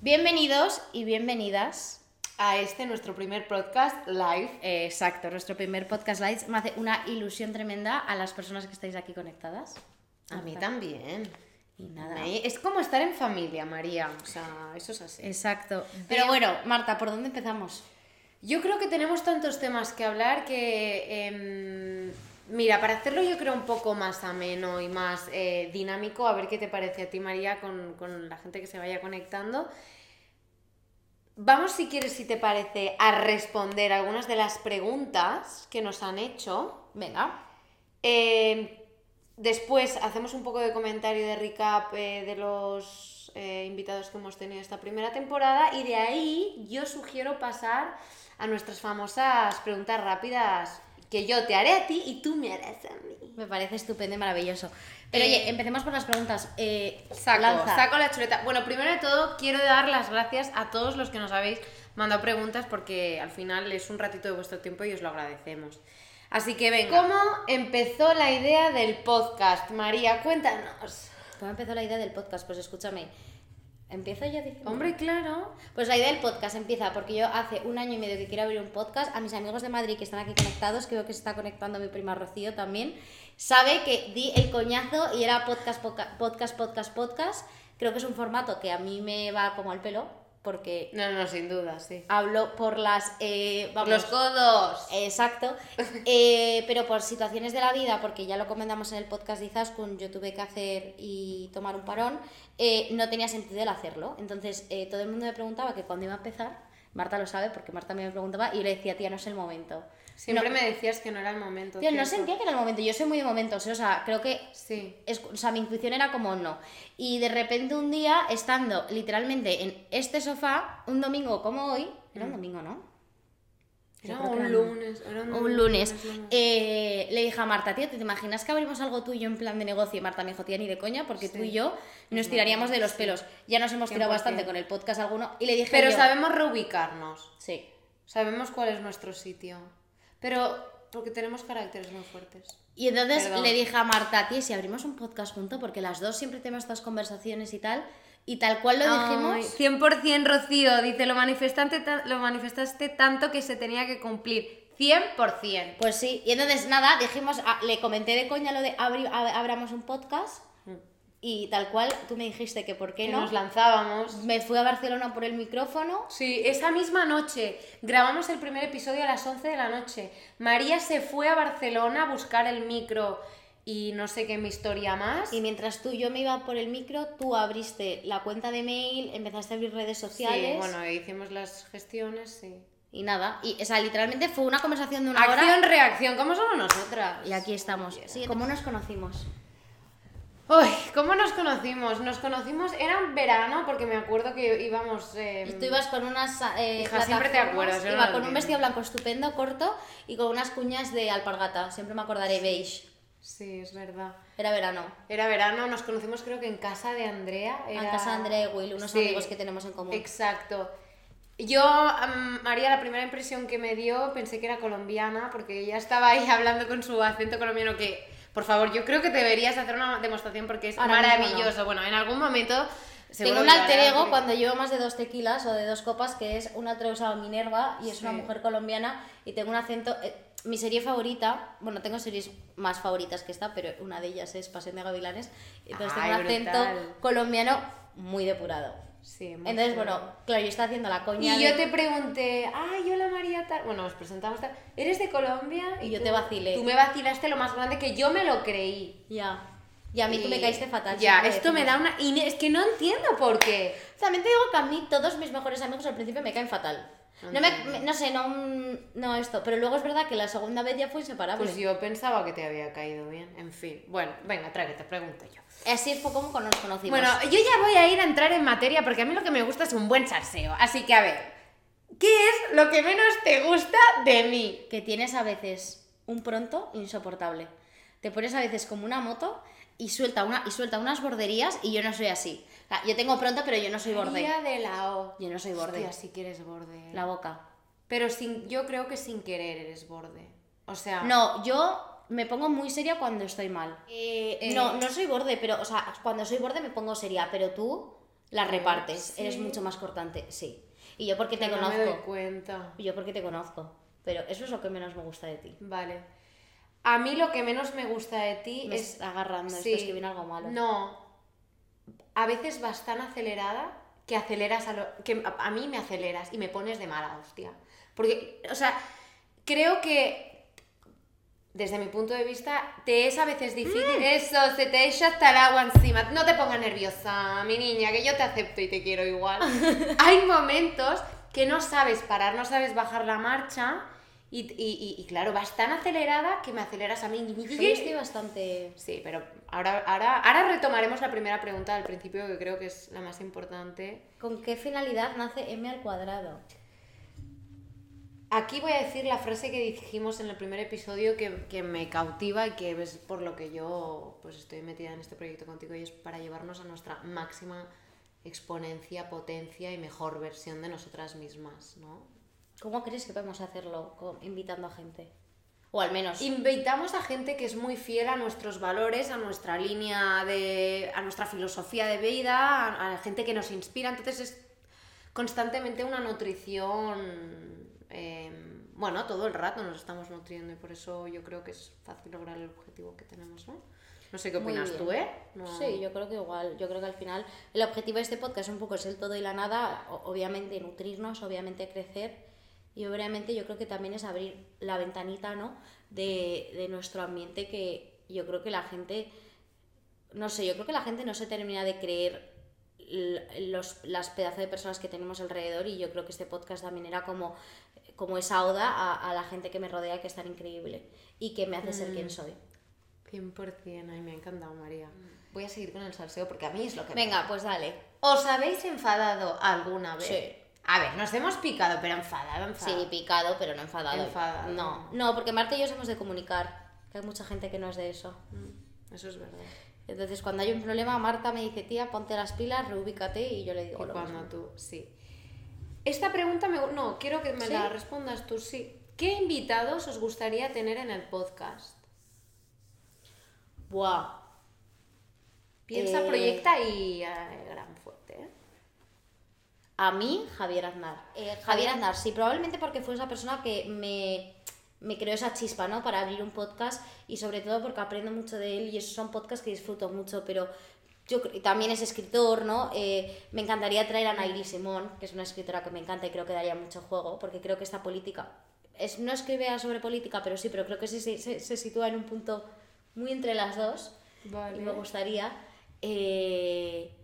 Bienvenidos y bienvenidas. a este nuestro primer podcast live. Eh, exacto, nuestro primer podcast live. Me hace una ilusión tremenda a las personas que estáis aquí conectadas. A mí también. Y nada. Ahí- Es como estar en familia, María. O sea, eso es así. Exacto. Pero bueno, Marta, ¿por dónde empezamos? Yo creo que tenemos tantos temas que hablar que, em, mira, para hacerlo yo creo un poco más ameno y más eh, dinámico, a ver qué te parece a ti, María, con, con la gente que se vaya conectando. Vamos, si quieres, si te parece, a responder algunas de las preguntas que nos han hecho. Venga. Eh, después hacemos un poco de comentario de recap eh, de los eh, invitados que hemos tenido esta primera temporada y de ahí yo sugiero pasar a nuestras famosas preguntas rápidas que yo te haré a ti y tú me harás a mí. Me parece estupendo y maravilloso. Pero Eh, oye, empecemos por las preguntas. Eh, Saco, lanza. saco la chuleta. Bueno, primero de todo quiero dar las gracias a todos los que nos habéis mandado preguntas porque al final es un ratito de vuestro tiempo y os lo agradecemos. Así que venga. ¿Cómo empezó la idea del podcast, María? Cuéntanos. ¿Cómo empezó la idea del podcast? Pues escúchame. ¿Empiezo yo diciendo? Hombre, claro. Pues la idea del podcast empieza porque yo hace un año y medio que quiero abrir un podcast. A mis amigos de Madrid que están aquí conectados, creo que se está conectando mi prima Rocío también, sabe que di el coñazo y era podcast, podca- podcast, podcast, podcast. Creo que es un formato que a mí me va como al pelo porque No, no, sin duda, sí. hablo por las... eh, vamos, Los codos. Exacto. Eh, pero por situaciones de la vida, porque ya lo comentamos en el podcast de Izaskun, yo tuve que hacer y tomar un parón, eh, no tenía sentido el hacerlo. Entonces eh, todo el mundo me preguntaba que cuándo iba a empezar. Marta lo sabe porque Marta me preguntaba y yo le decía, tía, no es el momento. Siempre No, me decías que no era el momento. Tío, no cierto. sentía que era el momento. Yo soy muy de momentos, ¿eh? o sea, creo que Sí. es- o sea, mi intuición era como no. Y de repente un día, estando literalmente en este sofá, un domingo como hoy, era un domingo, ¿no? Mm. Era Yo creo que un era un- lunes. era un lunes, eh, le dije a Marta, tío, ¿te imaginas que abrimos algo tuyo en plan de negocio? Y Marta me dijo, tía, ni de coña, porque tú y yo nos tiraríamos de los pelos. Ya nos hemos tirado 100%. bastante con el podcast alguno. Y le dije, Pero yo, sabemos reubicarnos. Sí. Sabemos cuál es nuestro sitio. Pero porque tenemos caracteres muy fuertes. Y entonces Perdón. le dije a Marta, tía, si abrimos un podcast junto, porque las dos siempre tenemos estas conversaciones y tal, y tal cual lo dijimos. 100% Rocío dice, lo, manifestante ta- lo manifestaste tanto que se tenía que cumplir. 100%. Pues sí, y entonces nada, dijimos, ah, le comenté de coña lo de abri- ab- abramos un podcast, y tal cual tú me dijiste que por qué Mm. Que no. nos lanzábamos. Me fui a Barcelona por el micrófono. Sí, esa misma noche grabamos el primer episodio a las 11 de la noche. María se fue a Barcelona a buscar el micro y no sé qué mi historia más. Y mientras tú yo me iba por el micro, tú abriste la cuenta de mail, empezaste a abrir redes Sí, sociales bueno, hicimos las gestiones, sí. y nada. Y, o sea, literalmente fue una conversación de una Acción, hora reacción, ¿cómo somos nosotras? y aquí estamos. ¿Cómo nos conocimos? Uy, ¿cómo nos conocimos? Nos conocimos, era un verano, porque me acuerdo que íbamos... eh, Y tú ibas con unas... eh, Hija, siempre te plataformas, acuerdas, yo no Iba lo con un olvido. vestido blanco estupendo, corto, y con unas cuñas de alpargata. Siempre me acordaré beige. Sí, es verdad. Era verano. Era verano, nos conocimos creo que en casa de Andrea. En era- casa de Andrea y Will, unos Sí. amigos que tenemos en común. Exacto. Yo, am, María, la primera impresión que me dio pensé que era colombiana, porque ella estaba ahí hablando con su acento colombiano que, por favor, yo creo que deberías hacer una demostración porque es Ahora mismo maravilloso. Bueno, en algún momento... seguro Tengo un que lo alter harás, ego porque- cuando llevo más de dos tequilas o de dos copas, que es una treusa Minerva y es una Sí. mujer colombiana y tengo un acento... eh, mi serie favorita, bueno, tengo series más favoritas que esta, pero una de ellas es Pasión de Gavilanes, entonces tengo Ay, un acento brutal. colombiano muy depurado. Sí, muy Entonces, chulo. bueno, claro, yo estaba haciendo la coña Y de- yo te pregunté, ay, hola María, tal. Bueno, nos presentamos tal. ¿Eres de Colombia? Y yo tú- te vacilé. Tú me vacilaste lo más grande que yo me lo creí. Ya. Y a mí tú me caíste fatal. Ya, siempre esto me decimos. da una. y es que no entiendo por qué. También te digo que a mí todos mis mejores amigos al principio me caen fatal. No, me, me- no sé, no, mm, no esto, pero luego es verdad que la segunda vez ya fue inseparable. Pues yo pensaba que te había caído bien. En fin. Bueno, venga, trae que te pregunto yo. Así fue como nos conocimos. Bueno, yo ya voy a ir a entrar en materia porque a mí lo que me gusta es un buen salseo. Así que a ver. ¿Qué es lo que menos te gusta de mí? que tienes a veces un pronto insoportable. Te pones a veces como una moto y suelta, una, y suelta unas borderías y yo no soy así. O sea, yo tengo pronto, pero yo no soy borde. María de la O. Yo no soy borde. Hostia, si quieres borde. La boca. Pero sin, yo creo que sin querer eres borde. O sea. No, yo me pongo muy seria cuando estoy mal. eh, eh, No, no soy borde, pero, o sea, cuando soy borde me pongo seria, pero tú las repartes. Ah, Sí. Eres mucho más cortante, sí. Y yo porque te No me doy conozco. cuenta. Yo porque te conozco. Pero eso es lo que menos me gusta de ti. Vale. A mí lo que menos me gusta de ti Me es es agarrando, esto Sí. es que viene algo malo. No. A veces vas tan acelerada que aceleras a lo. que a, a mí me aceleras y me pones de mala hostia. Porque, o sea, creo que. Desde mi punto de vista, te es a veces difícil. Mm. Eso, se te echa hasta el agua encima. No te pongas nerviosa, mi niña, que yo te acepto y te quiero igual. Hay momentos que no sabes parar, no sabes bajar la marcha. Y, y- y- y claro, vas tan acelerada que me aceleras a mí. Yo estoy este bastante. Sí, pero ahora, ahora, ahora retomaremos la primera pregunta del principio, que creo que es la más importante. ¿Con qué finalidad nace m al cuadrado? Aquí voy a decir la frase que dijimos en el primer episodio que, que me cautiva y que es por lo que yo pues, estoy metida en este proyecto contigo y es para llevarnos a nuestra máxima exponencia, potencia y mejor versión de nosotras mismas, ¿no? ¿Cómo crees que podemos hacerlo con- invitando a gente? O al menos. Invitamos a gente que es muy fiel a nuestros valores, a nuestra línea de. a nuestra filosofía de vida, a, a la gente que nos inspira. Entonces es constantemente una nutrición. eh, bueno, todo el rato nos estamos nutriendo y por eso yo creo que es fácil lograr el objetivo que tenemos, ¿no? No sé qué Muy opinas bien. tú, ¿eh? No- Sí, yo creo que igual, yo creo que al final el objetivo de este podcast un poco es el todo y la nada, o- obviamente nutrirnos, obviamente crecer y obviamente yo creo que también es abrir la ventanita, ¿no? De, de nuestro ambiente que yo creo que la gente, no sé, yo creo que la gente no se termina de creer l- los, las pedazos de personas que tenemos alrededor y yo creo que este podcast también era como, como esa oda a, a la gente que me rodea que es tan increíble y que me hace ser quien soy. 100%, ay, me ha encantado, María. Mm. Voy a seguir con el salseo porque a mí es lo que me Venga, pues dale. ¿Os habéis enfadado alguna vez? Sí. A ver, nos hemos picado, pero enfadado, enfadado. Sí, picado, pero no enfadado. Enfadado. No, no, porque Marta y yo somos de comunicar, que hay mucha gente que no es de eso. Mm, Eso es verdad. Entonces, cuando hay un problema, Marta me dice, tía, ponte las pilas, reubícate, y yo le digo, Y lo cuando mismo. tú, sí. Esta pregunta me... gu- No, quiero que me ¿Sí? la respondas tú, sí. ¿Qué invitados os gustaría tener en el podcast? Buah. Piensa, Eh. proyecta y eh, gran fuerte. ¿eh? A mí, Javier Aznar. Eh, Javier Aznar, sí, probablemente porque fue esa persona que me, me creó esa chispa, ¿no? Para abrir un podcast y sobre todo porque aprendo mucho de él y esos son podcasts que disfruto mucho, pero yo cre- también es escritor, ¿no? Eh, me encantaría traer a Nairi Simón, que es una escritora que me encanta y creo que daría mucho juego, porque creo que esta política, es, no es que vea sobre política, pero sí, pero creo que sí se, se- se sitúa en un punto muy entre las dos Vale. y me gustaría, eh,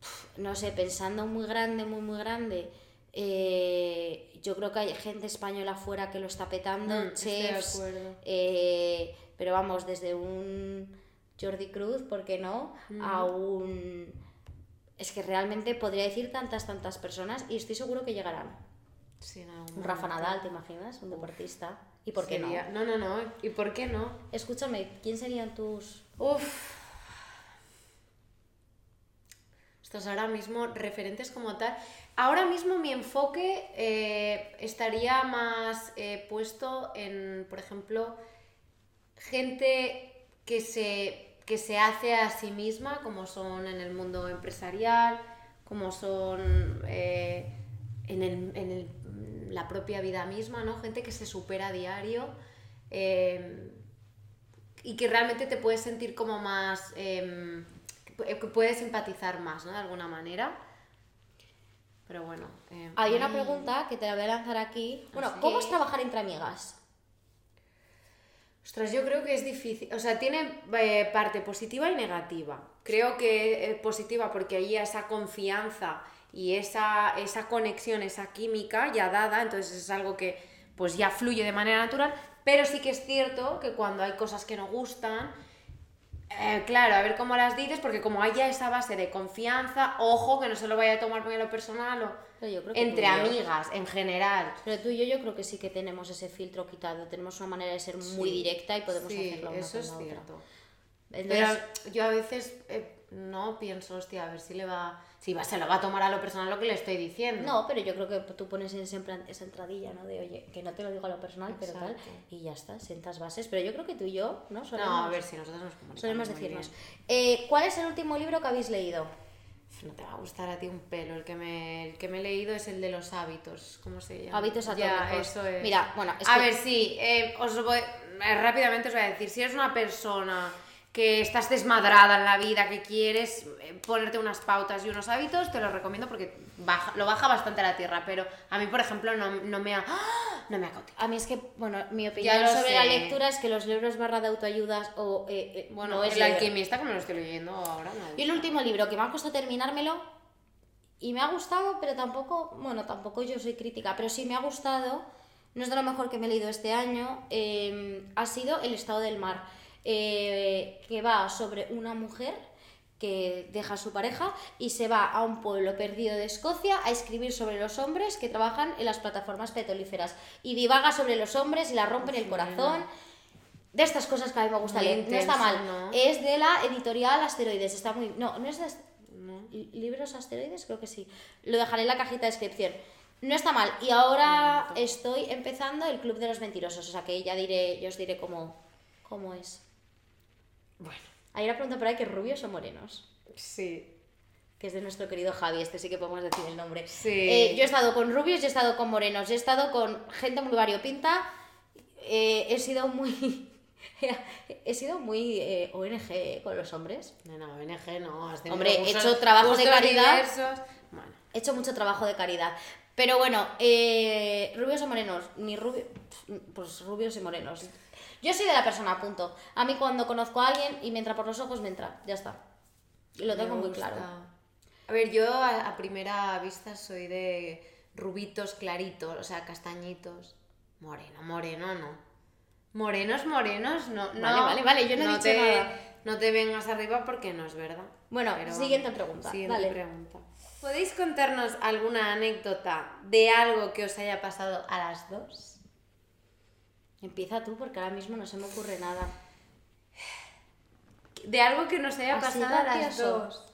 pf, no sé, pensando muy grande, muy, muy grande, eh, yo creo que hay gente española afuera que lo está petando, Mm, estoy de chefs, acuerdo. eh, pero vamos, desde un Jordi Cruz, ¿por qué no? Mm. A un... Es que realmente podría decir tantas, tantas personas y estoy seguro que llegarán. Sí, en algún Un Rafa momento. Nadal, ¿te imaginas? Un deportista. ¿Y por qué Ah, Sería- no? No, no, no. ¿Y por qué no? Escúchame, ¿quién serían tus... Uf. Estos ahora mismo referentes como tal. Ahora mismo mi enfoque eh, estaría más eh, puesto en, por ejemplo, gente que se, que se hace a sí misma, como son en el mundo empresarial, como son eh, en, el- en el- la propia vida misma, ¿no? Gente que se supera a diario. eh, y que realmente te puedes sentir como más em, que pu- que puedes empatizar más no de alguna manera pero bueno em, Hay una ay, pregunta que te la voy a lanzar aquí. Bueno, sí. ¿cómo es trabajar entre amigas? ostras yo creo que es difícil o sea tiene eh, parte positiva y negativa creo que eh, positiva porque ahí esa confianza y esa esa conexión esa química ya dada entonces es algo que pues ya fluye de manera natural pero sí que es cierto que cuando hay cosas que no gustan Eh, claro, a ver cómo las dices, porque como haya esa base de confianza, ojo, que no se lo vaya a tomar muy a lo personal o Pero yo creo que entre tú y yo- amigas, en general. Pero tú y yo yo creo que sí que tenemos ese filtro quitado, tenemos una manera de ser muy Sí, directa y podemos sí, hacerlo una eso con es la otra. cierto. Entonces, Pero yo a veces eh, no pienso, hostia, a ver si le va, si va, se lo va a tomar a lo personal lo que le estoy diciendo. no, pero yo creo que tú pones ese en plan- esa entradilla, ¿no? De, oye, que no te lo digo a lo personal, pero tal, Exacto. y ya está, sientas bases. Pero yo creo que tú y yo, ¿no? No, Solemos, a ver si nosotros nos comunicamos solemos muy decirnos. Eh, ¿Cuál es el último libro que habéis leído? bien. no te va a gustar a ti un pelo. El que me, el que me he leído es el de los hábitos, ¿cómo se llama? Hábitos Ya, atómicos. eso es. Mira, bueno, es a que- ver, sí, eh, os voy- eh, rápidamente os voy a decir, si eres una persona que estás desmadrada en la vida, que quieres eh, ponerte unas pautas y unos hábitos, te lo recomiendo porque baja- lo baja bastante a la tierra, pero a mí, por ejemplo, no, no me ha... ¡Ah! No me ha cautivado. A mí es que, bueno, mi opinión lo sobre la sé. lectura es que los libros barra de autoayudas o... eh, eh, Bueno, no es el leer. alquimista, como lo estoy leyendo ahora, me ha Yo el último libro que me ha costado terminármelo y me ha gustado, pero tampoco, bueno, tampoco yo soy crítica, pero sí me ha gustado, no es de lo mejor que me he leído este año, eh, ha sido El estado del mar, eh, que va sobre una mujer que deja a su pareja y se va a un pueblo perdido de Escocia a escribir sobre los hombres que trabajan en las plataformas petrolíferas y divaga sobre los hombres y la rompen el corazón. De estas cosas que a mí me gusta Muy leer, no está intenso, mal. ¿no? Es de la editorial Asteroides, está muy... No, no es de... Ast- No. Li- ¿Libros Asteroides? Creo que sí. Lo dejaré en la cajita de descripción. No está mal. Y ahora estoy empezando el Club de los Mentirosos, o sea que ya diré, yo os diré cómo, cómo es. Bueno, Hay una pregunta por ahí que rubios o morenos, sí. que es de nuestro querido Javi, este sí que podemos decir el nombre. Sí. Eh, yo he estado con rubios, yo he estado con morenos, yo he estado con gente muy variopinta, eh, he sido muy... he sido muy eh, ONG con los hombres. No, no, ONG no. has tenido Hombre, he gustos- hecho trabajos de gustos caridad. diversos. Bueno, He hecho mucho trabajo de caridad. Pero bueno, eh, rubios o morenos, ni rubio, pues rubios y morenos. Yo soy de la persona, punto. A mí cuando conozco a alguien y me entra por los ojos, me entra, ya está. Y lo me tengo muy gusta. claro. A ver, yo a, a primera vista soy de rubitos claritos, o sea, castañitos. Moreno, moreno no. Morenos, morenos no. no Vale, vale, vale, yo no he dicho te, nada. No te vengas arriba porque no es verdad. Bueno, siguiente pregunta, Siguiente dale. pregunta. ¿Podéis contarnos alguna anécdota de algo que os haya pasado a las dos? Empieza tú, porque ahora mismo no se me ocurre nada. De algo que nos haya Así pasado a las gracioso. dos.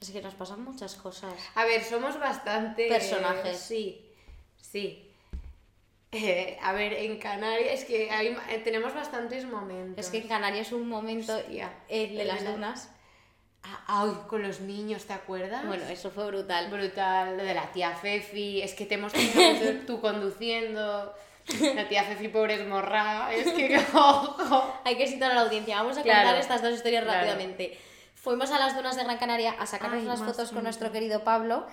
Es que nos pasan muchas cosas. A ver, somos bastante... Personajes. Sí, sí. Eh, a ver, en Canarias es que hay ma- eh, tenemos bastantes momentos. Es que en Canarias un momento Hostia. eh, de El las de la- dunas. Ah, ay, con los niños, ¿te acuerdas? Bueno, eso fue brutal. Brutal, lo de la tía Fefi, es que te hemos tenido mucho- tú conduciendo, la tía Fefi pobre es morra, es que ojo. Hay que citar a la audiencia. Vamos a Claro, contar estas dos historias claro. rápidamente. Fuimos a las dunas de Gran Canaria a sacarnos Ay, unas más fotos con tonto. nuestro querido Pablo.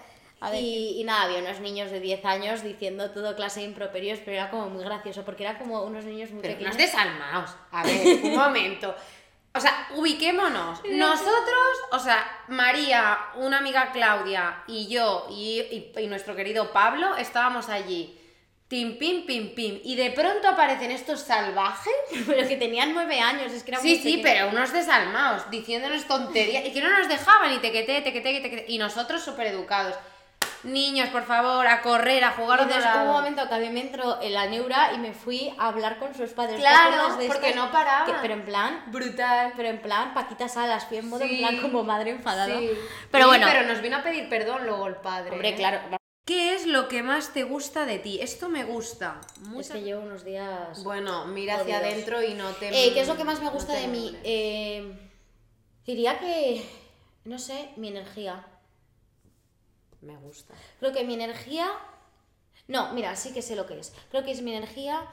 Y, y nada, había unos niños de 10 años diciendo todo clase de improperios, pero era como muy gracioso, porque era como unos niños muy Pero pequeños. unos desalmados. A ver, un momento. O sea, ubiquémonos. Nosotros, o sea, María, una amiga Claudia y yo y, y- y nuestro querido Pablo estábamos allí. Tim, pim, pim, pim. Y de pronto aparecen estos salvajes. Pero que tenían 9 años, es que era Sí, sí, pero unos desalmados, diciéndonos tonterías y que no nos dejaban y tequete, tequete, tequete. Y nosotros súper educados. Niños, por favor, a correr, a jugar otro Entonces hubo un lado. momento que a mí me entró en la neura y me fui a hablar con sus padres. ¿Te Claro, acuerdas de porque estas? no paraban. Que- pero en plan, Brutal. pero en plan, Paquita Salas, fui en modo Sí. en plan como madre enfadada. Sí. Pero Sí, bueno, Pero nos vino a pedir perdón luego el padre. hombre, ¿eh? claro, ¿Qué es lo que más te gusta de ti? Esto me gusta. es Mucho. que llevo unos días Bueno, mira hacia Jodidos. adentro y no te. Eh, ¿Qué es lo que más me gusta no te de mí? mueres. Eh, diría que, no sé, mi energía. Me gusta. Creo que mi energía... No, mira, sí que sé lo que es. Creo que es mi energía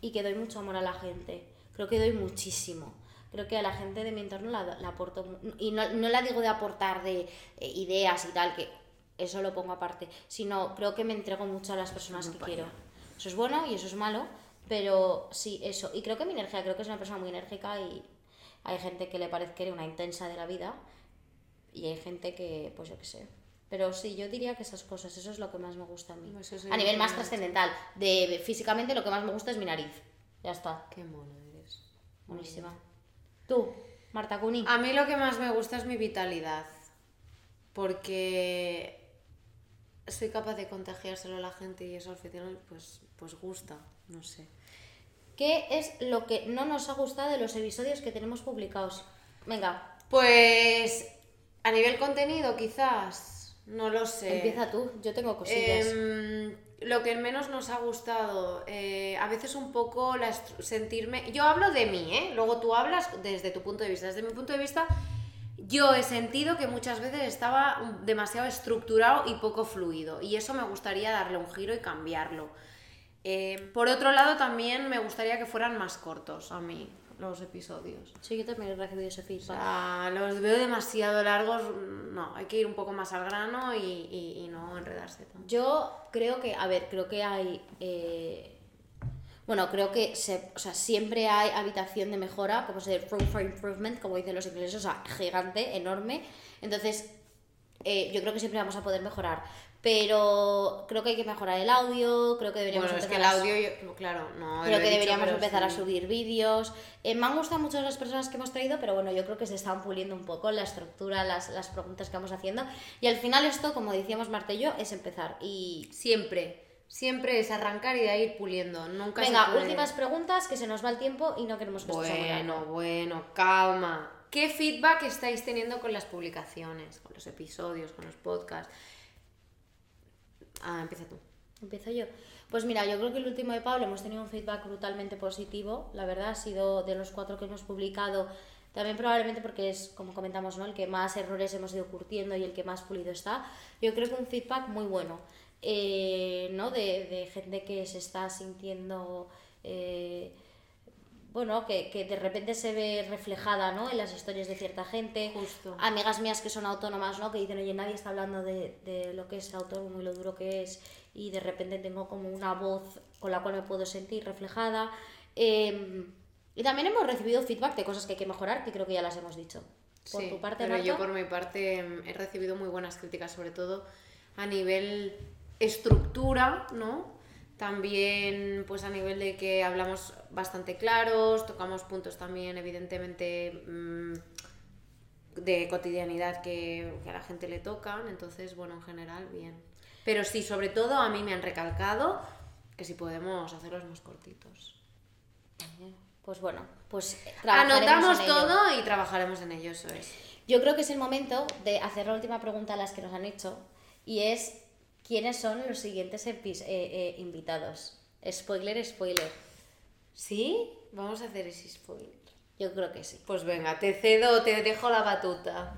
y que doy mucho amor a la gente. Creo que doy muchísimo. Creo que a la gente de mi entorno la, la aporto... mu- Y no, no la digo de aportar de eh, ideas y tal, que eso lo pongo aparte, sino creo que me entrego mucho a las personas que quiero. Eso es bueno y eso es malo, pero sí, eso. Y creo que mi energía, creo que es una persona muy enérgica y hay gente que le parece que era una intensa de la vida y hay gente que, pues yo qué sé. Pero sí, yo diría que esas cosas, eso es lo que más me gusta a mí. Eso a sería nivel más genial. trascendental, de físicamente lo que más me gusta es mi nariz. Ya está, Qué mono eres. buenísima. Mm. Tú, Marta Cuni. A mí lo que más me gusta es mi vitalidad. Porque soy capaz de contagiárselo a la gente y eso al final pues, pues gusta. No sé. ¿Qué es lo que no nos ha gustado de los episodios que tenemos publicados? Venga, Pues a nivel contenido quizás. No lo sé. empieza tú, yo tengo cosillas. Eh, Em, lo que menos nos ha gustado, eh, a veces un poco la estru- sentirme... Yo hablo de mí, ¿eh? Luego tú hablas desde tu punto de vista. Desde mi punto de vista, yo he sentido que muchas veces estaba demasiado estructurado y poco fluido y eso me gustaría darle un giro y cambiarlo. Eh, por otro lado, también me gustaría que fueran más cortos a mí los episodios. Sí, yo también he recibido ese O feedback. sea, los veo demasiado largos, no, hay que ir un poco más al grano y, y- y no enredarse tanto. Yo creo que, a ver, creo que hay. eh, bueno, creo que se, o sea, siempre hay habitación de mejora, como se dice, room for improvement, como dicen los ingleses, o sea, gigante, enorme. Entonces, eh, yo creo que siempre vamos a poder mejorar. Pero creo que hay que mejorar el audio, creo que deberíamos Bueno, es que el empezar a- audio, yo- claro, no. Creo que lo he dicho, deberíamos pero empezar a sí. subir vídeos. Eh, me han gustado mucho las personas que hemos traído, pero bueno, yo creo que se están puliendo un poco la estructura, las, las preguntas que vamos haciendo. Y al final esto, como decíamos Marta y yo, es empezar. Y Siempre, siempre es arrancar y de ahí ir puliendo. Nunca se venga, puede- últimas preguntas, que se nos va el tiempo y no queremos que esto sea muy largo. Bueno, bueno, calma. ¿Qué feedback estáis teniendo con las publicaciones, con los episodios, con los podcasts? Ah, empieza tú. Empiezo yo. Pues mira, yo creo que el último de Pablo hemos tenido un feedback brutalmente positivo. La verdad, ha sido de los cuatro que hemos publicado. También probablemente porque es, como comentamos, ¿no? el que más errores hemos ido curtiendo y el que más pulido está. Yo creo que un feedback muy bueno, eh, ¿no? De, de gente que se está sintiendo... eh, bueno, que, que de repente se ve reflejada, ¿no? En las historias de cierta gente. Justo. Amigas mías que son autónomas, ¿no? Que dicen, oye, nadie está hablando de, de lo que es ser autónomo y lo duro que es. Y de repente tengo como una voz con la cual me puedo sentir reflejada. Eh, y también hemos recibido feedback de cosas que hay que mejorar, que creo que ya las hemos dicho. Por Sí, tu parte, pero yo Marta, por mi parte mm, he recibido muy buenas críticas, sobre todo a nivel estructura, ¿no? También pues a nivel de que hablamos bastante claros, tocamos puntos también evidentemente mm, de cotidianidad que, que a la gente le tocan, entonces bueno, en general bien. Pero sí, sobre todo a mí me han recalcado que si podemos hacerlos más cortitos. Pues bueno, pues eh, trabajaremos Anotamos en ello. todo y trabajaremos en ello, eso es. Yo creo que es el momento de hacer la última pregunta a las que nos han hecho y es ¿quiénes son los siguientes empis- eh, eh, invitados? Spoiler, spoiler. ¿Sí? Vamos a hacer ese spoiler. Yo creo que sí. Pues venga, te cedo, te dejo la batuta.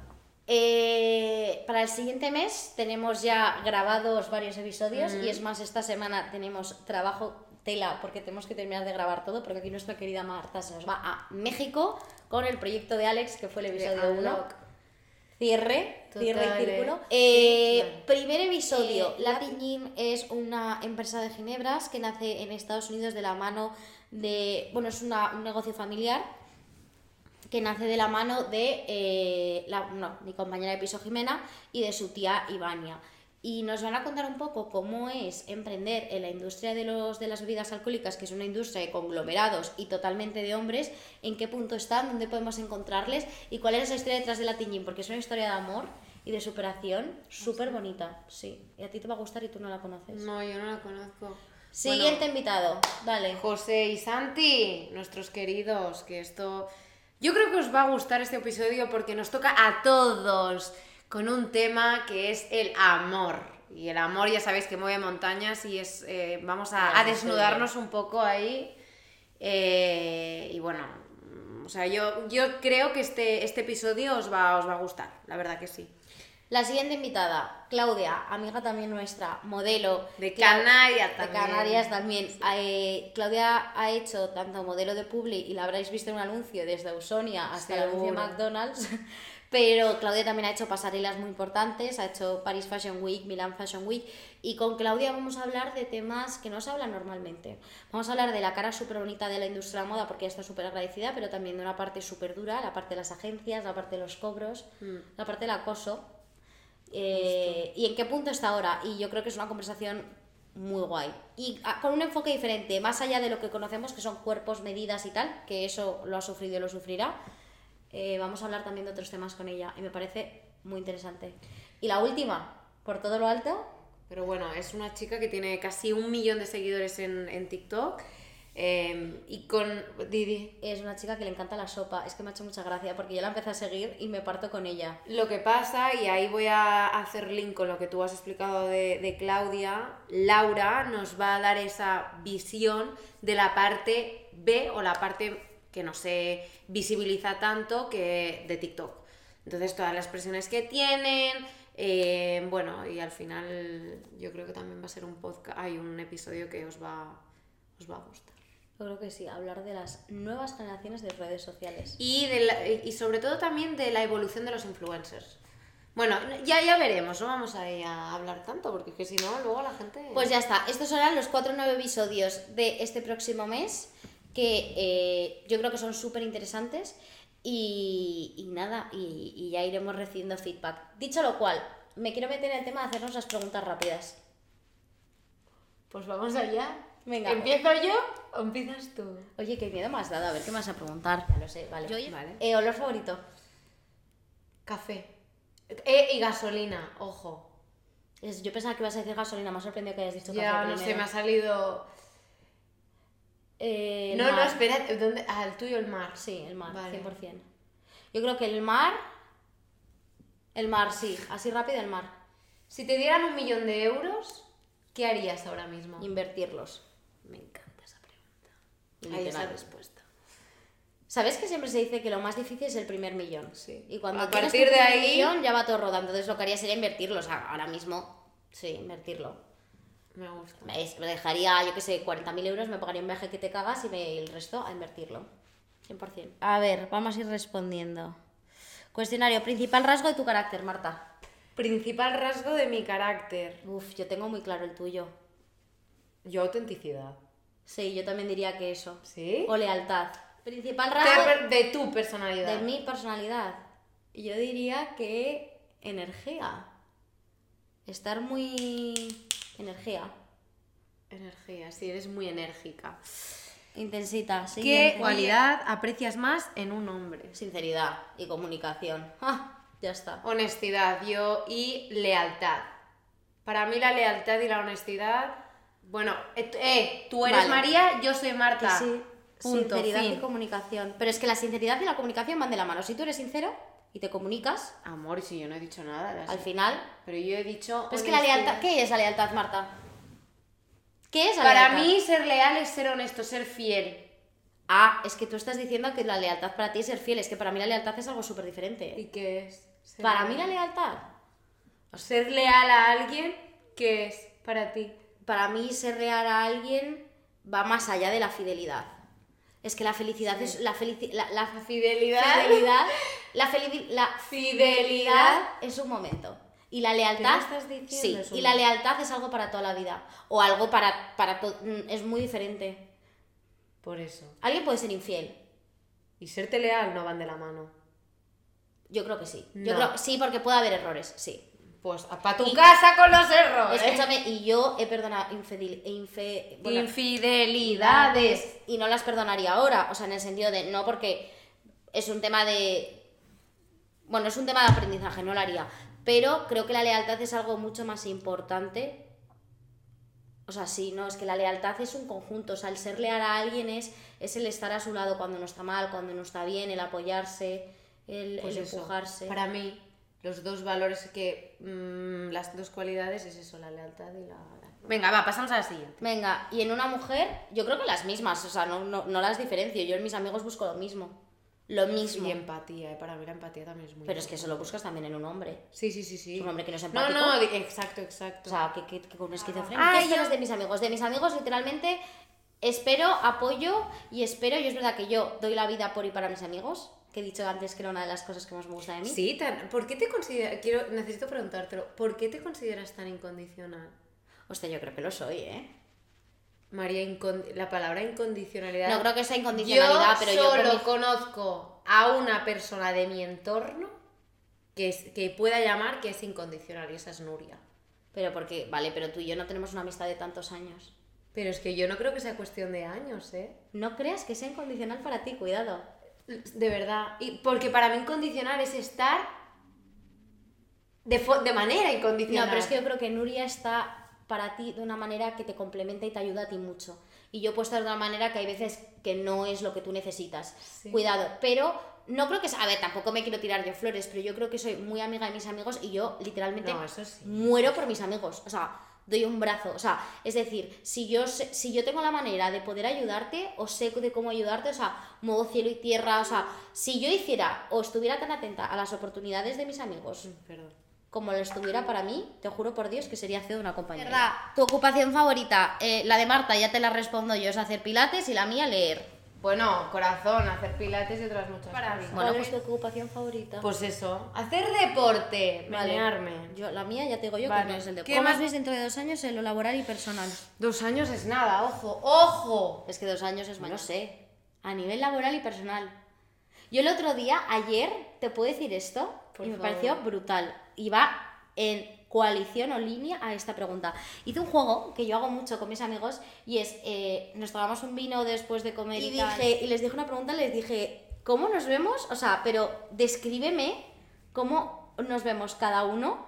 Eh, para el siguiente mes tenemos ya grabados varios episodios Mm. y es más, esta semana tenemos trabajo tela porque tenemos que terminar de grabar todo porque aquí nuestra querida Marta se nos va a México con el proyecto de Alex que Pues fue el episodio 1. Unlock. Cierre, Total, cierre y ¿eh? círculo. Sí, Eh, vale. Primer episodio. Eh, la la- Piñín es una empresa de ginebras que nace en Estados Unidos de la mano de. Bueno, es una- un negocio familiar que nace de la mano de eh, la- no, mi compañera de piso Jimena y de su tía Ivania. Y nos van a contar un poco cómo es emprender en la industria de, los, de las bebidas alcohólicas, que es una industria de conglomerados y totalmente de hombres, en qué punto están, dónde podemos encontrarles y cuál es la historia detrás de la Tiñín, porque es una historia de amor y de superación súper bonita, sí. Y a ti te va a gustar y tú no la conoces. No, yo no la conozco. Siguiente invitado, dale. Bueno, José y Santi, nuestros queridos, que esto... Yo creo que os va a gustar este episodio porque nos toca a todos con un tema que es el amor. Y el amor ya sabéis que mueve montañas y es... eh, vamos a, a Vale, desnudarnos un poco ahí. Eh, y bueno, mm, o sea, yo, yo creo que este, este episodio os va, os va a gustar, la verdad que sí. La siguiente invitada, Claudia, amiga también nuestra, modelo. De Cla- Canarias de también. Canarias también. Eh, Claudia ha hecho tanto modelo de Publi y la habréis visto en un anuncio desde Ausonia hasta el anuncio de Seguro. McDonald's. Pero Claudia también ha hecho pasarelas muy importantes, ha hecho Paris Fashion Week, Milan Fashion Week. Y con Claudia vamos a hablar de temas que no se hablan normalmente. Vamos a hablar de la cara súper bonita de la industria de la moda, porque está súper agradecida, pero también de una parte súper dura, la parte de las agencias, la parte de los cobros, la parte del acoso. Eh, y en qué punto está ahora. Y yo creo que es una conversación muy guay. Y ah, con un enfoque diferente, más allá de lo que conocemos, que son cuerpos, medidas y tal, que eso lo ha sufrido y lo sufrirá. eh, vamos a hablar también de otros temas con ella y me parece muy interesante. Y la última, por todo lo alto, Pero bueno, es una chica que tiene casi un millón de seguidores en, en TikTok. eh, y con Didi. es una chica que le encanta la sopa. Es que me ha hecho mucha gracia porque yo la empecé a seguir y me parto con ella. Lo que pasa, y ahí voy a hacer link con lo que tú has explicado de, de Claudia, Laura nos va a dar esa visión de la parte B o la parte que no se visibiliza tanto que de TikTok. Entonces, todas las presiones que tienen, eh, bueno, y al final yo creo que también va a ser un podcast, hay un episodio que os va, os va a gustar. Yo creo que sí, hablar de las nuevas generaciones de redes sociales. Y, de la- y sobre todo también de la evolución de los influencers. Bueno, ya, ya veremos, no vamos a, a hablar tanto, porque es que si no, luego la gente... Pues ya está, estos serán los cuatro nueve episodios de este próximo mes, que eh, yo creo que son súper interesantes. Y, y nada, y, y ya iremos recibiendo feedback. Dicho lo cual, me quiero meter en el tema de hacernos las preguntas rápidas. Pues vamos allá. Venga. ¿Empiezo yo o empiezas tú? Oye, qué miedo me has dado, a ver qué me vas a preguntar. Ya lo sé, vale. Vale. Eh, ¿Olor favorito? Café. Eh, y gasolina, ojo. Es- Yo pensaba que ibas a decir gasolina, me ha sorprendido que hayas dicho Ya, café no sé, primero. me ha salido... Eh, el no, no, mar. espera, ¿dónde? Ah, el tuyo, el mar. Sí, el mar, Vale. 100%. Yo creo que el mar... El mar, sí, así rápido el mar. Si te dieran un millón de euros, ¿qué harías ahora mismo? Invertirlos. Me encanta esa pregunta. Ahí está Literal. la respuesta. ¿Sabes que siempre se dice que lo más difícil es el primer millón? Sí. Y cuando A tienes tu partir de primer ahí- millón ya va todo rodando. Entonces lo que haría sería invertirlo. O sea, ahora mismo, sí, invertirlo. Me gusta. Me es- me dejaría, yo qué sé, 40.000 euros, me pagaría un viaje que te cagas y me- el resto a invertirlo. 100%. A ver, vamos a ir respondiendo. Cuestionario, principal rasgo de tu carácter, Marta. Principal rasgo de mi carácter. Uf, yo tengo muy claro el tuyo. Yo autenticidad. Sí, yo también diría que eso. ¿Sí? O lealtad. Principal rasgo Ter- De tu personalidad. de mi personalidad. Yo diría que energía. Estar muy... energía. Energía, sí, eres muy enérgica. Intensita, sí. ¿Qué cualidad aprecias más en un hombre? Sinceridad y comunicación. ¡Ah! Ya está. Honestidad, yo y lealtad. Para mí la lealtad y la honestidad, bueno, et- eh, tú Vale. eres María, yo soy Marta. Sí, Punto, sinceridad fin. y comunicación. Pero es que la sinceridad y la comunicación van de la mano. Si tú eres sincero y te comunicas, Amor, si yo no he dicho nada, la- al final. pero yo he dicho Pero es que la honestidad. lealtad. ¿Qué es la lealtad, Marta? ¿Qué es la Para lealtad? mí ser leal es ser honesto, ser fiel. Ah, es que tú estás diciendo que la lealtad para ti es ser fiel. Es que para mí la lealtad es algo ¿eh? súper diferente. ¿Y qué es? Ser Para leal. mí la lealtad. ser leal a alguien, ¿qué es para ti? Para mí ser real a alguien va más allá de la fidelidad. Es que la felicidad es. La, felici- la, la Fidelidad. fidelidad. La, felici- la Fidelidad. lealtad es un momento. Y la ¿Qué lealtad. me estás diciendo? sí, Es un y la momento. lealtad es algo para toda la vida. O algo para. para to- mm, es muy diferente. Por eso. Alguien puede ser infiel. Y serte leal no van de la mano. Yo creo que sí. Yo No. creo sí, porque puede haber errores, sí. Pues para tu Y- casa con los errores. Escúchame, y yo he perdonado infidel, infe, bueno, Infidelidades. y no las perdonaría ahora, o sea, en el sentido de no porque es un tema de bueno, es un tema de aprendizaje, no lo haría, pero creo que la lealtad es algo mucho más importante. O sea, sí, no, es que la lealtad es un conjunto, o sea, el ser leal a alguien es es el estar a su lado cuando no está mal, cuando no está bien, el apoyarse, el, Pues el eso, empujarse. Para mí, los dos valores que. mm, las dos cualidades es eso, la lealtad y la. Venga, va, pasamos a la siguiente. Venga, y en una mujer, yo creo que las mismas, o sea, no, no, no las diferencio. Yo en mis amigos busco lo mismo. Lo mismo. Y empatía, eh, para mí la empatía también es muy. Pero es que eso lo buscas también en un hombre. Sí, sí, sí, sí. Es un hombre que no es No, empático. no, di- exacto, exacto. O sea, que, que, que con un esquizofrénico. Ah, ¿Qué esperas yo- de mis amigos? De mis amigos, literalmente, espero, apoyo y espero. Y es verdad que yo doy la vida por y para mis amigos, que he dicho antes que era una de las cosas que más me gusta de mí. Sí, tan- ¿por qué te consideras, quiero, necesito preguntártelo, ¿por qué te consideras tan incondicional? Hostia, yo creo que lo soy, ¿eh? María, incon- la palabra incondicionalidad. No creo que sea incondicionalidad, yo pero yo solo por mi- conozco a una persona de mi entorno que, es- que pueda llamar que es incondicional y esa es Nuria. Pero porque, vale, pero tú y yo no tenemos una amistad de tantos años. Pero es que yo no creo que sea cuestión de años, ¿eh? No creas que sea incondicional para ti, cuidado. De verdad. Y porque para mí incondicional es estar de, fo- de manera incondicional. No, pero es que yo creo que Nuria está para ti de una manera que te complementa y te ayuda a ti mucho. Y yo puedo estar de una manera que hay veces que no es lo que tú necesitas. Sí. Cuidado, pero no creo que... sea- A ver, tampoco me quiero tirar yo flores, pero yo creo que soy muy amiga de mis amigos y yo literalmente No, eso sí. muero por mis amigos. O sea, doy un brazo. O sea, es decir, si yo, sé- si yo tengo la manera de poder ayudarte, o sé de cómo ayudarte, o sea, modo cielo y tierra, o sea, si yo hiciera o estuviera tan atenta a las oportunidades de mis amigos Perdón. como lo estuviera para mí, te juro por Dios que sería CEO de una compañía. ¿Verdad? Tu ocupación favorita, eh, la de Marta, ya te la respondo yo, es hacer pilates y la mía leer. Bueno, corazón, hacer pilates y otras muchas Para cosas. mí. Bueno, ¿Cuál pues es? tu ocupación favorita. Pues eso, hacer deporte, Vale. menearme. Yo, la mía ya te digo yo que Vale. no es el de ¿Qué ¿Cómo más? os veis dentro de dos años en lo laboral y personal? Dos años es nada, ojo, ojo. Es que dos años es más. No sé. A nivel laboral y personal. Yo el otro día, ayer, te puedo decir esto, Por y me favor. pareció brutal. Y va en coalición o línea a esta pregunta. Hice un juego que yo hago mucho con mis amigos y es, eh, nos tomamos un vino después de comer y, Y tal. dije- y les dije una pregunta, les dije, ¿cómo nos vemos? O sea, pero descríbeme cómo nos vemos cada uno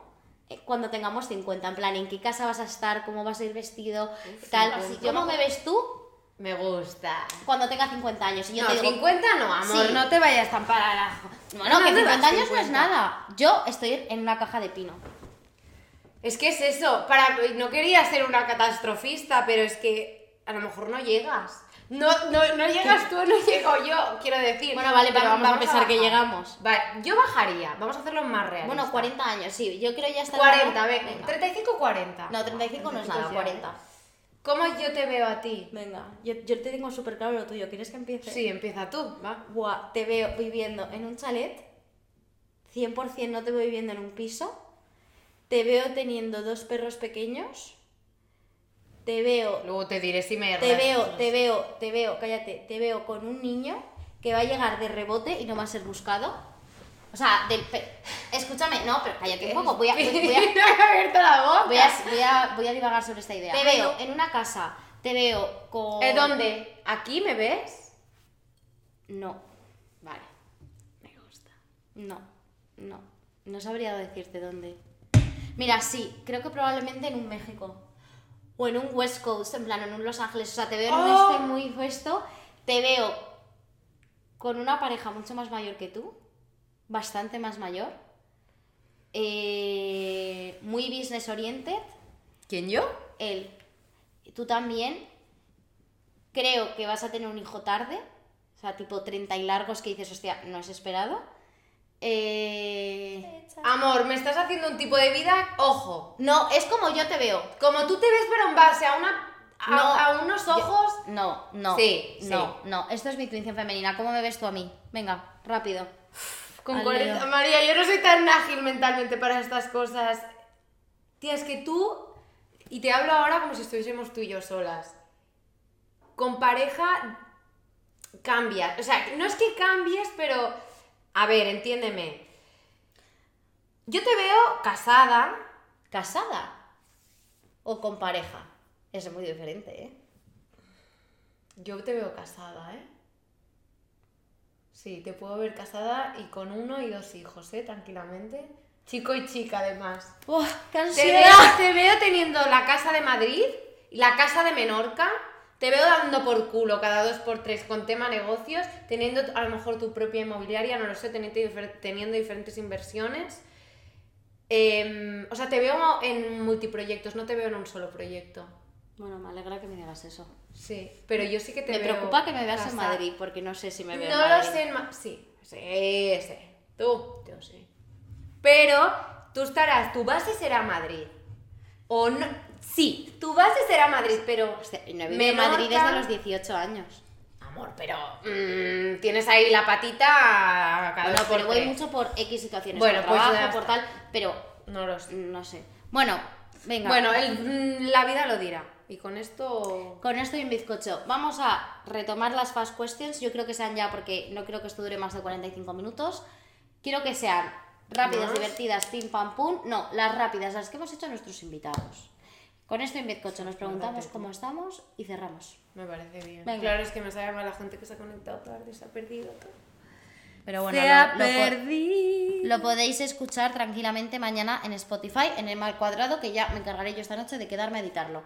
eh, cuando tengamos 50, en plan, ¿en qué casa vas a estar? ¿Cómo vas a ir vestido? tal, 50. ¿cómo me ves tú? Me gusta. cuando tenga 50 años. Y yo no, te digo, 50 no, amor, Sí. no te vayas tan para la... bueno, que ¿Dónde 50 vas, años no es 50? nada. Yo estoy en una caja de pino. Es que es eso, para... no quería ser una catastrofista, pero es que a lo mejor no llegas. No, no, no llegas tú, no llego yo, quiero decir. Bueno, vale, Pero vamos a pensar que bajar. llegamos. Vale, yo bajaría, vamos a hacerlo más real. Bueno, 40 años, sí. Yo creo ya estar... 40, ve, 35 40. No, 35 no es nada, 40. ¿Cómo yo te veo a ti? Venga, yo, yo te tengo súper claro lo tuyo. ¿Quieres que empiece? Sí, empieza tú, va. Buah, te veo viviendo en un chalet. 100% no te veo viviendo en un piso. Te veo teniendo dos perros pequeños. Te veo Luego te diré si me Te veo, te veo, te veo, cállate, te veo con un niño que va a llegar de rebote y no va a ser buscado. O sea, del, pe- escúchame, no, pero cállate un poco, voy a, voy, voy a, he abierto la boca. voy a- voy a- voy a divagar sobre esta idea. Te Te veo. veo en una casa, te veo con... ¿Eh, ¿Dónde? ¿Aquí me ves? No, Vale. Me gusta. no, no, no sabría decirte dónde. Mira, sí, creo que probablemente en un México. O en un West Coast, en plan, en un Los Ángeles. O sea, te veo en ¡Oh! un este muy puesto. Te veo con una pareja mucho más mayor que tú. Bastante más mayor. eh, muy business oriented. ¿Quién yo? Él. Tú también. Creo que vas a tener un hijo tarde. O sea, tipo 30 y largos que dices, hostia, no es esperado. Eh, Amor, me estás haciendo un tipo de vida, ojo. No, es como yo te veo. Como tú te ves, pero en base a una. a, No. a unos ojos. No, no. Sí, sí. No, no. Esto es mi intuición femenina. ¿Cómo me ves tú a mí? Venga, rápido. Con Al 40 lío. María, yo no soy tan ágil mentalmente para estas cosas. Tía, es que tú, y te hablo ahora como si estuviésemos tú y yo solas, con pareja cambias. O sea, no es que cambies, pero... A ver, entiéndeme. Yo te veo casada. ¿Casada? ¿O con pareja? Es muy diferente, ¿eh? Yo te veo casada, ¿eh? Sí, te puedo ver casada y con uno y dos hijos, ¿eh? Tranquilamente. Chico y chica, además. ¡Uf, qué Te veo, te veo teniendo la casa de Madrid y la casa de Menorca. Te veo dando por culo cada dos por tres con tema negocios, teniendo a lo mejor tu propia inmobiliaria, no lo sé, teniendo, difer- teniendo diferentes inversiones. Em, o sea, te veo en multiproyectos, no te veo en un solo proyecto. Bueno, me alegra que me digas eso. Sí, pero yo sí que te me veo preocupa que me veas en casada. Madrid, porque no sé si me veo en No lo Madrid. sé, en ma- sí, sí, sí, tú, yo sí. Pero tú estarás, tu base será Madrid. O no, sí, tu base será Madrid, pero... Hostia, y no he vivido en Madrid Menorca- desde los 18 años. Amor, pero mm, tienes ahí la patita cada Bueno, dos por pero voy tres. mucho por X situaciones. Bueno, por pues ya trabajo, por está. tal, pero No lo sé. no sé. Bueno, venga. Bueno, el- mm, la vida lo dirá. Y con esto... Con esto y un bizcocho. Vamos a retomar las fast questions. Yo creo que sean ya, porque no creo que esto dure más de 45 minutos. Quiero que sean rápidas, ¿Más? divertidas, pim pam pum. No, las rápidas, las que hemos hecho a nuestros invitados. Con esto y un bizcocho nos preguntamos cómo estamos y cerramos. Me parece bien. Venga. Claro, es que me sabe mal la gente que se ha conectado tarde, se ha perdido. todo. Pero bueno, se lo- ha lo po- perdido. Lo podéis escuchar tranquilamente mañana en Spotify, en el mal cuadrado, que ya me encargaré yo esta noche de quedarme a editarlo.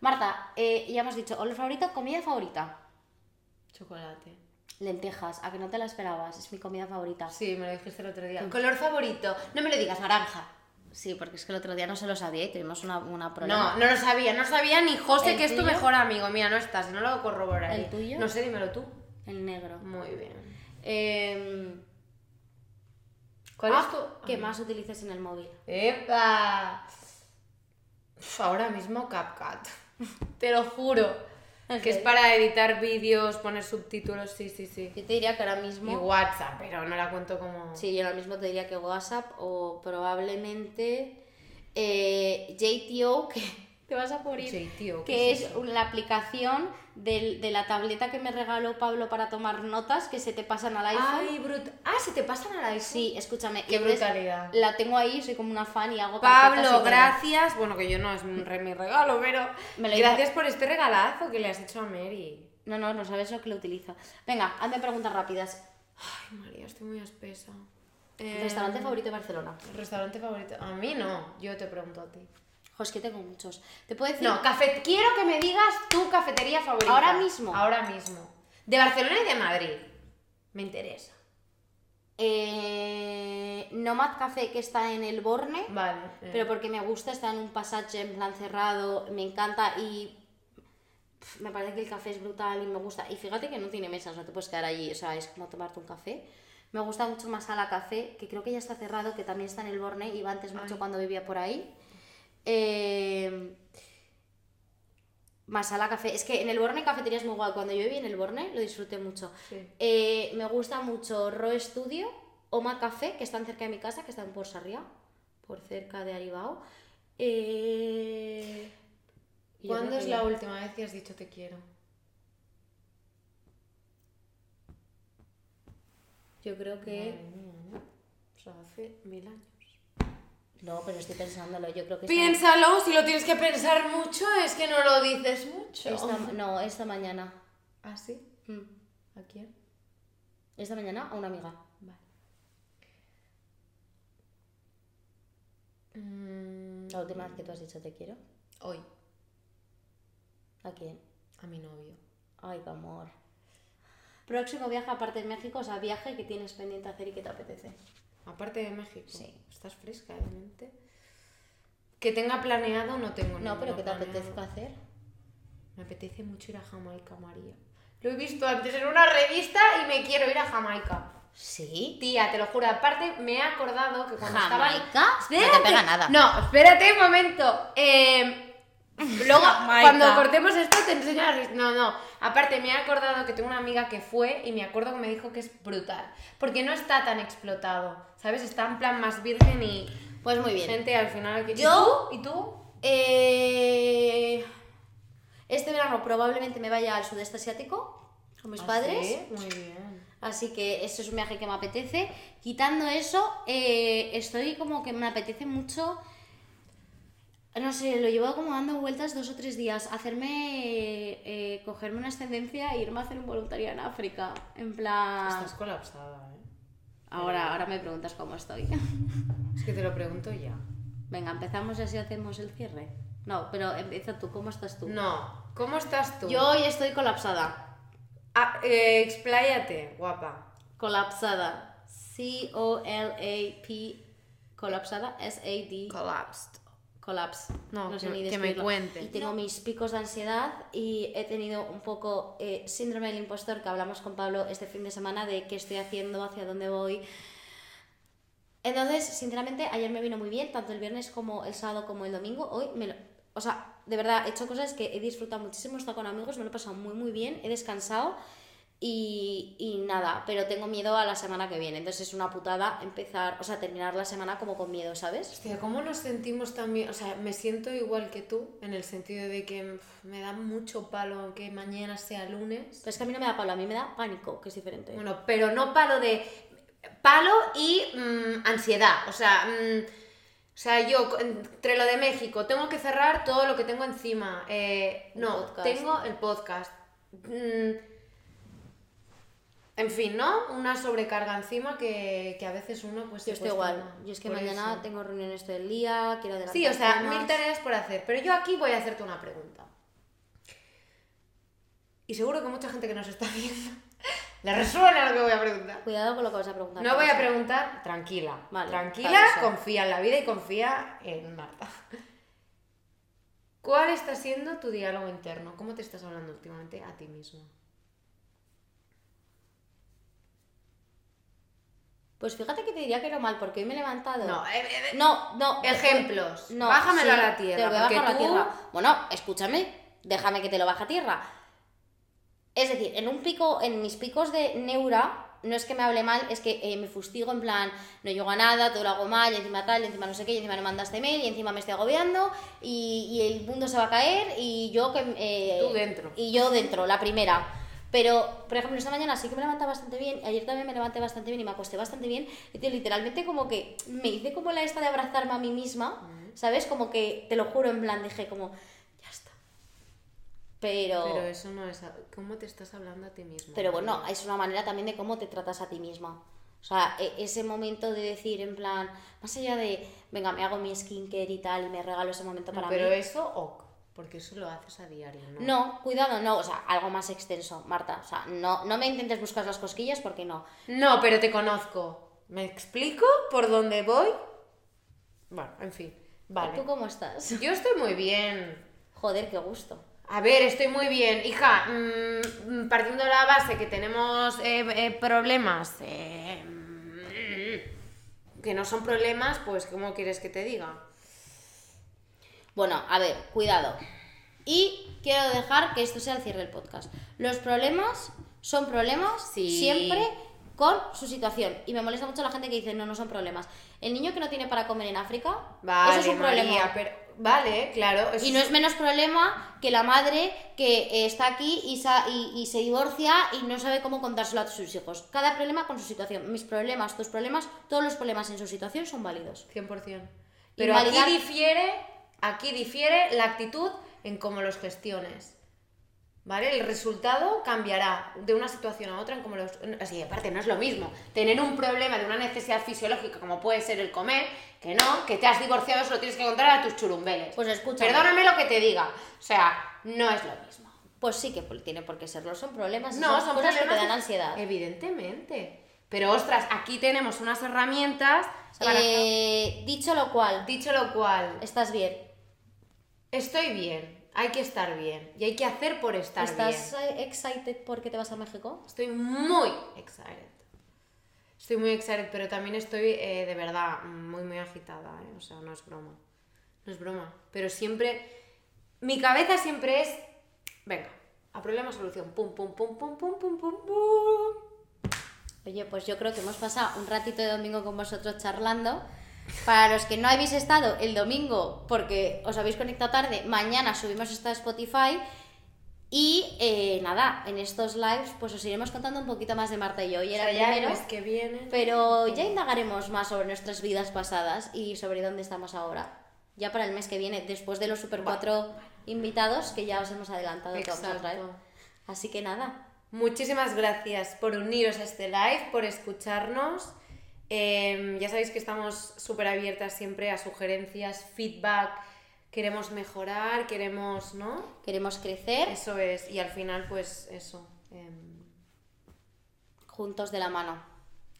Marta, eh, ya hemos dicho, olor favorito, comida favorita. Chocolate. Lentejas, a que no te la esperabas, es mi comida favorita. Sí, me lo dijiste el otro día. Color favorito. No me lo digas, naranja. Sí, porque es que el otro día no se lo sabía y tuvimos una, una No, problema. no lo sabía, no sabía ni José, ¿El que es tu tuyo? mejor amigo. Mira, no estás, no lo corroboraré. ¿El tuyo? No sé, dímelo tú. El negro. Muy bien. Em, ¿Cuál app es tu...? que más utilizas en el móvil? Ah, ¡Epa! Uf, ahora mismo CapCut. Te lo juro. ¿En Que es serio? para editar vídeos, poner subtítulos, sí, sí, sí. Yo te diría que ahora mismo... Y WhatsApp, pero no la cuento como... Sí, yo ahora mismo te diría que WhatsApp o probablemente eh, JTO, que te vas a morir. JTO, ¿qué que es es, la aplicación del- de la tableta que me regaló Pablo para tomar notas que se te pasan al iPhone. ¡Ay, brut... Ah, se te pasan a la Sí, escúchame. y Qué entonces brutalidad. La tengo ahí, soy como una fan y hago carpetas y Pablo, todo. gracias. Bueno, que yo no es un re- mi regalo, pero Me lo gracias por este regalazo que le has hecho a Mary. No, no, no sabes lo que lo utilizo. Venga, hazme preguntas rápidas. Ay, María, estoy muy espesa. Eh, Restaurante favorito de Barcelona. Restaurante favorito. A mí no, yo te pregunto a ti. Jo, es que tengo muchos. Te puedo decir No, cafe... quiero que me digas tu cafetería favorita. Ahora mismo. Ahora mismo. De Barcelona y de Madrid. Me interesa. eh, Nomad Café que está en el Borne. Vale. eh. pero porque me gusta estar en un pasaje en plan cerrado, me encanta y pf, me parece que el café es brutal y me gusta. Y fíjate que no tiene mesas, no te puedes quedar allí, o sea, es como tomarte un café. Me gusta mucho más Sala Café, que creo que ya está cerrado, que también está en el Borne, iba antes mucho cuando vivía por ahí. Eh, Masala Café, es que en el Borne cafetería es muy guay, cuando yo viví en el Borne lo disfruté mucho. Sí. Eh, me gusta mucho Ro Studio, Oma Café, que están cerca de mi casa, que están por Sarriá, por cerca de Aribao. Eh, y yo ¿Cuándo creo es que la ya. última vez que has dicho te quiero? Yo creo que... Madre mía, ¿no? O sea, hace mil años. No, pero estoy pensándolo, yo creo que... esta- Piénsalo, si lo tienes que pensar mucho, es que no lo dices mucho. esta- no, esta mañana. ¿Ah, sí? Mm. ¿A quién? Esta mañana a una amiga. Vale. Mm, La última vez que tú has dicho te quiero. hoy, ¿A quién? a mi novio. Ay, qué amor. Próximo viaje aparte de México, o sea, viaje que tienes pendiente hacer y que te apetece. Aparte de México. Sí. Estás fresca de mente. Que tenga planeado, no tengo No, pero ninguno que te planeado. apetezca hacer. Me apetece mucho ir a Jamaica, María. Lo he visto antes en una revista y me quiero ir a Jamaica. Sí. Tía, te lo juro, aparte me he acordado que cuando ¿Jamaica? estaba... No te pega nada. No, espérate un momento. Eh, luego, Jamaica. cuando cortemos esto, te enseño la ris- No, no. Aparte, me he acordado que tengo una amiga que fue y me acuerdo que me dijo que es brutal. Porque no está tan explotado, ¿sabes? Está en plan más virgen y... Pues muy bien. Gente, al final... que- Yo- ¿Y tú? ¿Y tú? Eh, este verano probablemente me vaya al sudeste asiático con mis ¿Ah, padres. sí? Muy bien. Así que eso es un viaje que me apetece. Quitando eso, eh, estoy como que me apetece mucho. No sé, lo llevo como dando vueltas dos o tres días. Hacerme. eh, eh, cogerme una ascendencia e irme a hacer un voluntariado en África. En plan. Estás colapsada, ¿eh? Ahora, ahora me preguntas cómo estoy. Es que te lo pregunto ya. Venga, empezamos y así hacemos el cierre. No, pero empieza tú, ¿cómo estás tú? No. ¿Cómo estás tú? Yo hoy estoy colapsada. Ah, eh, expláyate, guapa. Colapsada. C-O-L-A-P. Colapsada. S-A-D. Collapsed. Collapse. No, sé que- ni que me describirlo. cuente. Y tengo mis picos de ansiedad y he tenido un poco eh, síndrome del impostor que hablamos con Pablo este fin de semana de qué estoy haciendo, hacia dónde voy. Entonces, sinceramente, ayer me vino muy bien, tanto el viernes como el sábado como el domingo. Hoy me lo... O sea, de verdad, he hecho cosas que he disfrutado muchísimo, he estado con amigos, me lo he pasado muy, muy bien, he descansado y, y nada, pero tengo miedo a la semana que viene. Entonces es una putada empezar, o sea, terminar la semana como con miedo, ¿sabes? Hostia, ¿cómo nos sentimos también? O sea, me siento igual que tú, en el sentido de que pf, me da mucho palo que mañana sea lunes. Pero es que a mí no me da palo, a mí me da pánico, que es diferente. Bueno, pero no palo de. Palo y mm, ansiedad. O sea, mm, o sea, yo, co- entre lo de México, tengo que cerrar todo lo que tengo encima. Eh, El no, podcast. tengo el podcast. Mm, en fin, ¿no? Una sobrecarga encima que, que a veces uno pues se yo estoy cuesta igual. más. Yo es que Por mañana eso. tengo reuniones todo el día, quiero adelantar Sí, o sea, temas. mil tareas por hacer. Pero yo aquí voy a hacerte una pregunta. Y seguro que mucha gente que nos está viendo ¿Le resuena lo que voy a preguntar? Cuidado con lo que vas a preguntar. No voy a preguntar, tranquila. Vale, tranquila, cabeza. confía en la vida y confía en Marta. ¿Cuál está siendo tu diálogo interno? ¿Cómo te estás hablando últimamente a ti mismo? Pues fíjate que te diría que era mal, porque hoy me he levantado. No, eh, eh, eh, no. no ejemplos. No, sí, Bájamelo a la Te lo tierra. voy a porque bajar a la tú- tierra. Bueno, escúchame, déjame que te lo baje a tierra. Es decir, en un pico, en mis picos de neura, no es que me hable mal, es que eh, me fustigo en plan, no llego a nada, todo lo hago mal, y encima tal, y encima no sé qué, y encima no mandaste mail, y encima me estoy agobiando, y, y el mundo se va a caer, y yo que... eh, Tú dentro. Y yo dentro, la primera. Pero, por ejemplo, esta mañana sí que me levanté bastante bien, ayer también me levanté bastante bien y me acosté bastante bien, y tío, literalmente como que me hice como la esta de abrazarme a mí misma, ¿sabes? Como que, te lo juro, en plan dije como, ya está. Pero eso no es. a- ¿Cómo te estás hablando a ti mismo? Pero bueno, es una manera también de cómo te tratas a ti misma. O sea, e- ese momento de decir, en plan, más allá de, venga, me hago mi skincare y tal, y me regalo ese momento para Pero mí. eso ok, porque eso lo haces a diario, ¿no? No, cuidado, no, o sea, algo más extenso, Marta. O sea, no, no me intentes buscar las cosquillas porque no. No, pero te conozco. ¿Me explico por dónde voy? Bueno, en fin. Vale. ¿Tú cómo estás? Yo estoy muy bien. Joder, qué gusto. A ver, estoy muy bien, hija. mm, mm, partiendo de la base que tenemos eh, eh, problemas eh, mm, que no son problemas, pues ¿cómo quieres que te diga? Bueno, a ver, cuidado. Y quiero dejar que esto sea el cierre del podcast. Los problemas son problemas Sí. siempre con su situación. Y me molesta mucho la gente que dice, no, no son problemas. El niño que no tiene para comer en África, eso Vale, es un María, problema. pero vale, claro. eso Y no es menos problema que la madre que eh, está aquí y, sa- y- y se divorcia y no sabe cómo contárselo a sus hijos. Cada problema con su situación. Mis problemas, tus problemas, todos los problemas en su situación son válidos. 100%. Y Pero validar- aquí difiere, aquí difiere la actitud en cómo los gestiones. ¿Vale? El resultado cambiará de una situación a otra en cómo los... Así, aparte, no es lo mismo. Tener un problema de una necesidad fisiológica como puede ser el comer, que no, que te has divorciado, se lo tienes que contar a tus churumbeles. Pues escúchame. Perdóname lo que te diga. O sea, no es lo mismo. Pues sí que tiene por qué serlo. Son problemas, y No, son son cosas que te problemas- eh, dan ansiedad. Evidentemente. Pero, ostras, aquí tenemos unas herramientas para... Eh, dicho lo cual, Dicho lo cual, estás bien. Estoy bien, hay que estar bien y hay que hacer por estar ¿Estás bien. eh, excited porque te vas a México? Estoy muy excited. Estoy muy excited, pero también estoy eh, de verdad muy, muy agitada, ¿eh? o sea, no es broma. No es broma, pero siempre. Mi cabeza siempre es. Venga, a problema, solución. Pum, pum, pum, pum, pum, pum, pum, pum. Oye, pues yo creo que hemos pasado un ratito de domingo con vosotros charlando. Para los que no habéis estado el domingo porque os habéis conectado tarde, mañana subimos esto a Spotify. Y eh, nada, en estos lives pues os iremos contando un poquito más de Marta y yo. Y O era sea, el ya el primero, mes que viene. pero ya indagaremos más sobre nuestras vidas pasadas y sobre dónde estamos ahora. Ya para el mes que viene, después de los super cuatro invitados que ya os hemos adelantado que vamos a Exacto. traer. Así que nada, Muchísimas gracias por uniros a este live, por escucharnos. Em, ya sabéis que estamos súper abiertas siempre a sugerencias, feedback. Queremos mejorar, queremos, ¿no? queremos crecer Eso es. Y al final, pues eso. em, juntos de la mano.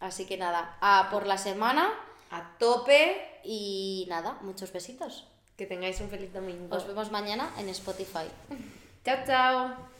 Así que nada, a por la semana a tope. y nada, muchos besitos. Que tengáis un feliz domingo. Os vemos mañana en Spotify. Chao, chao.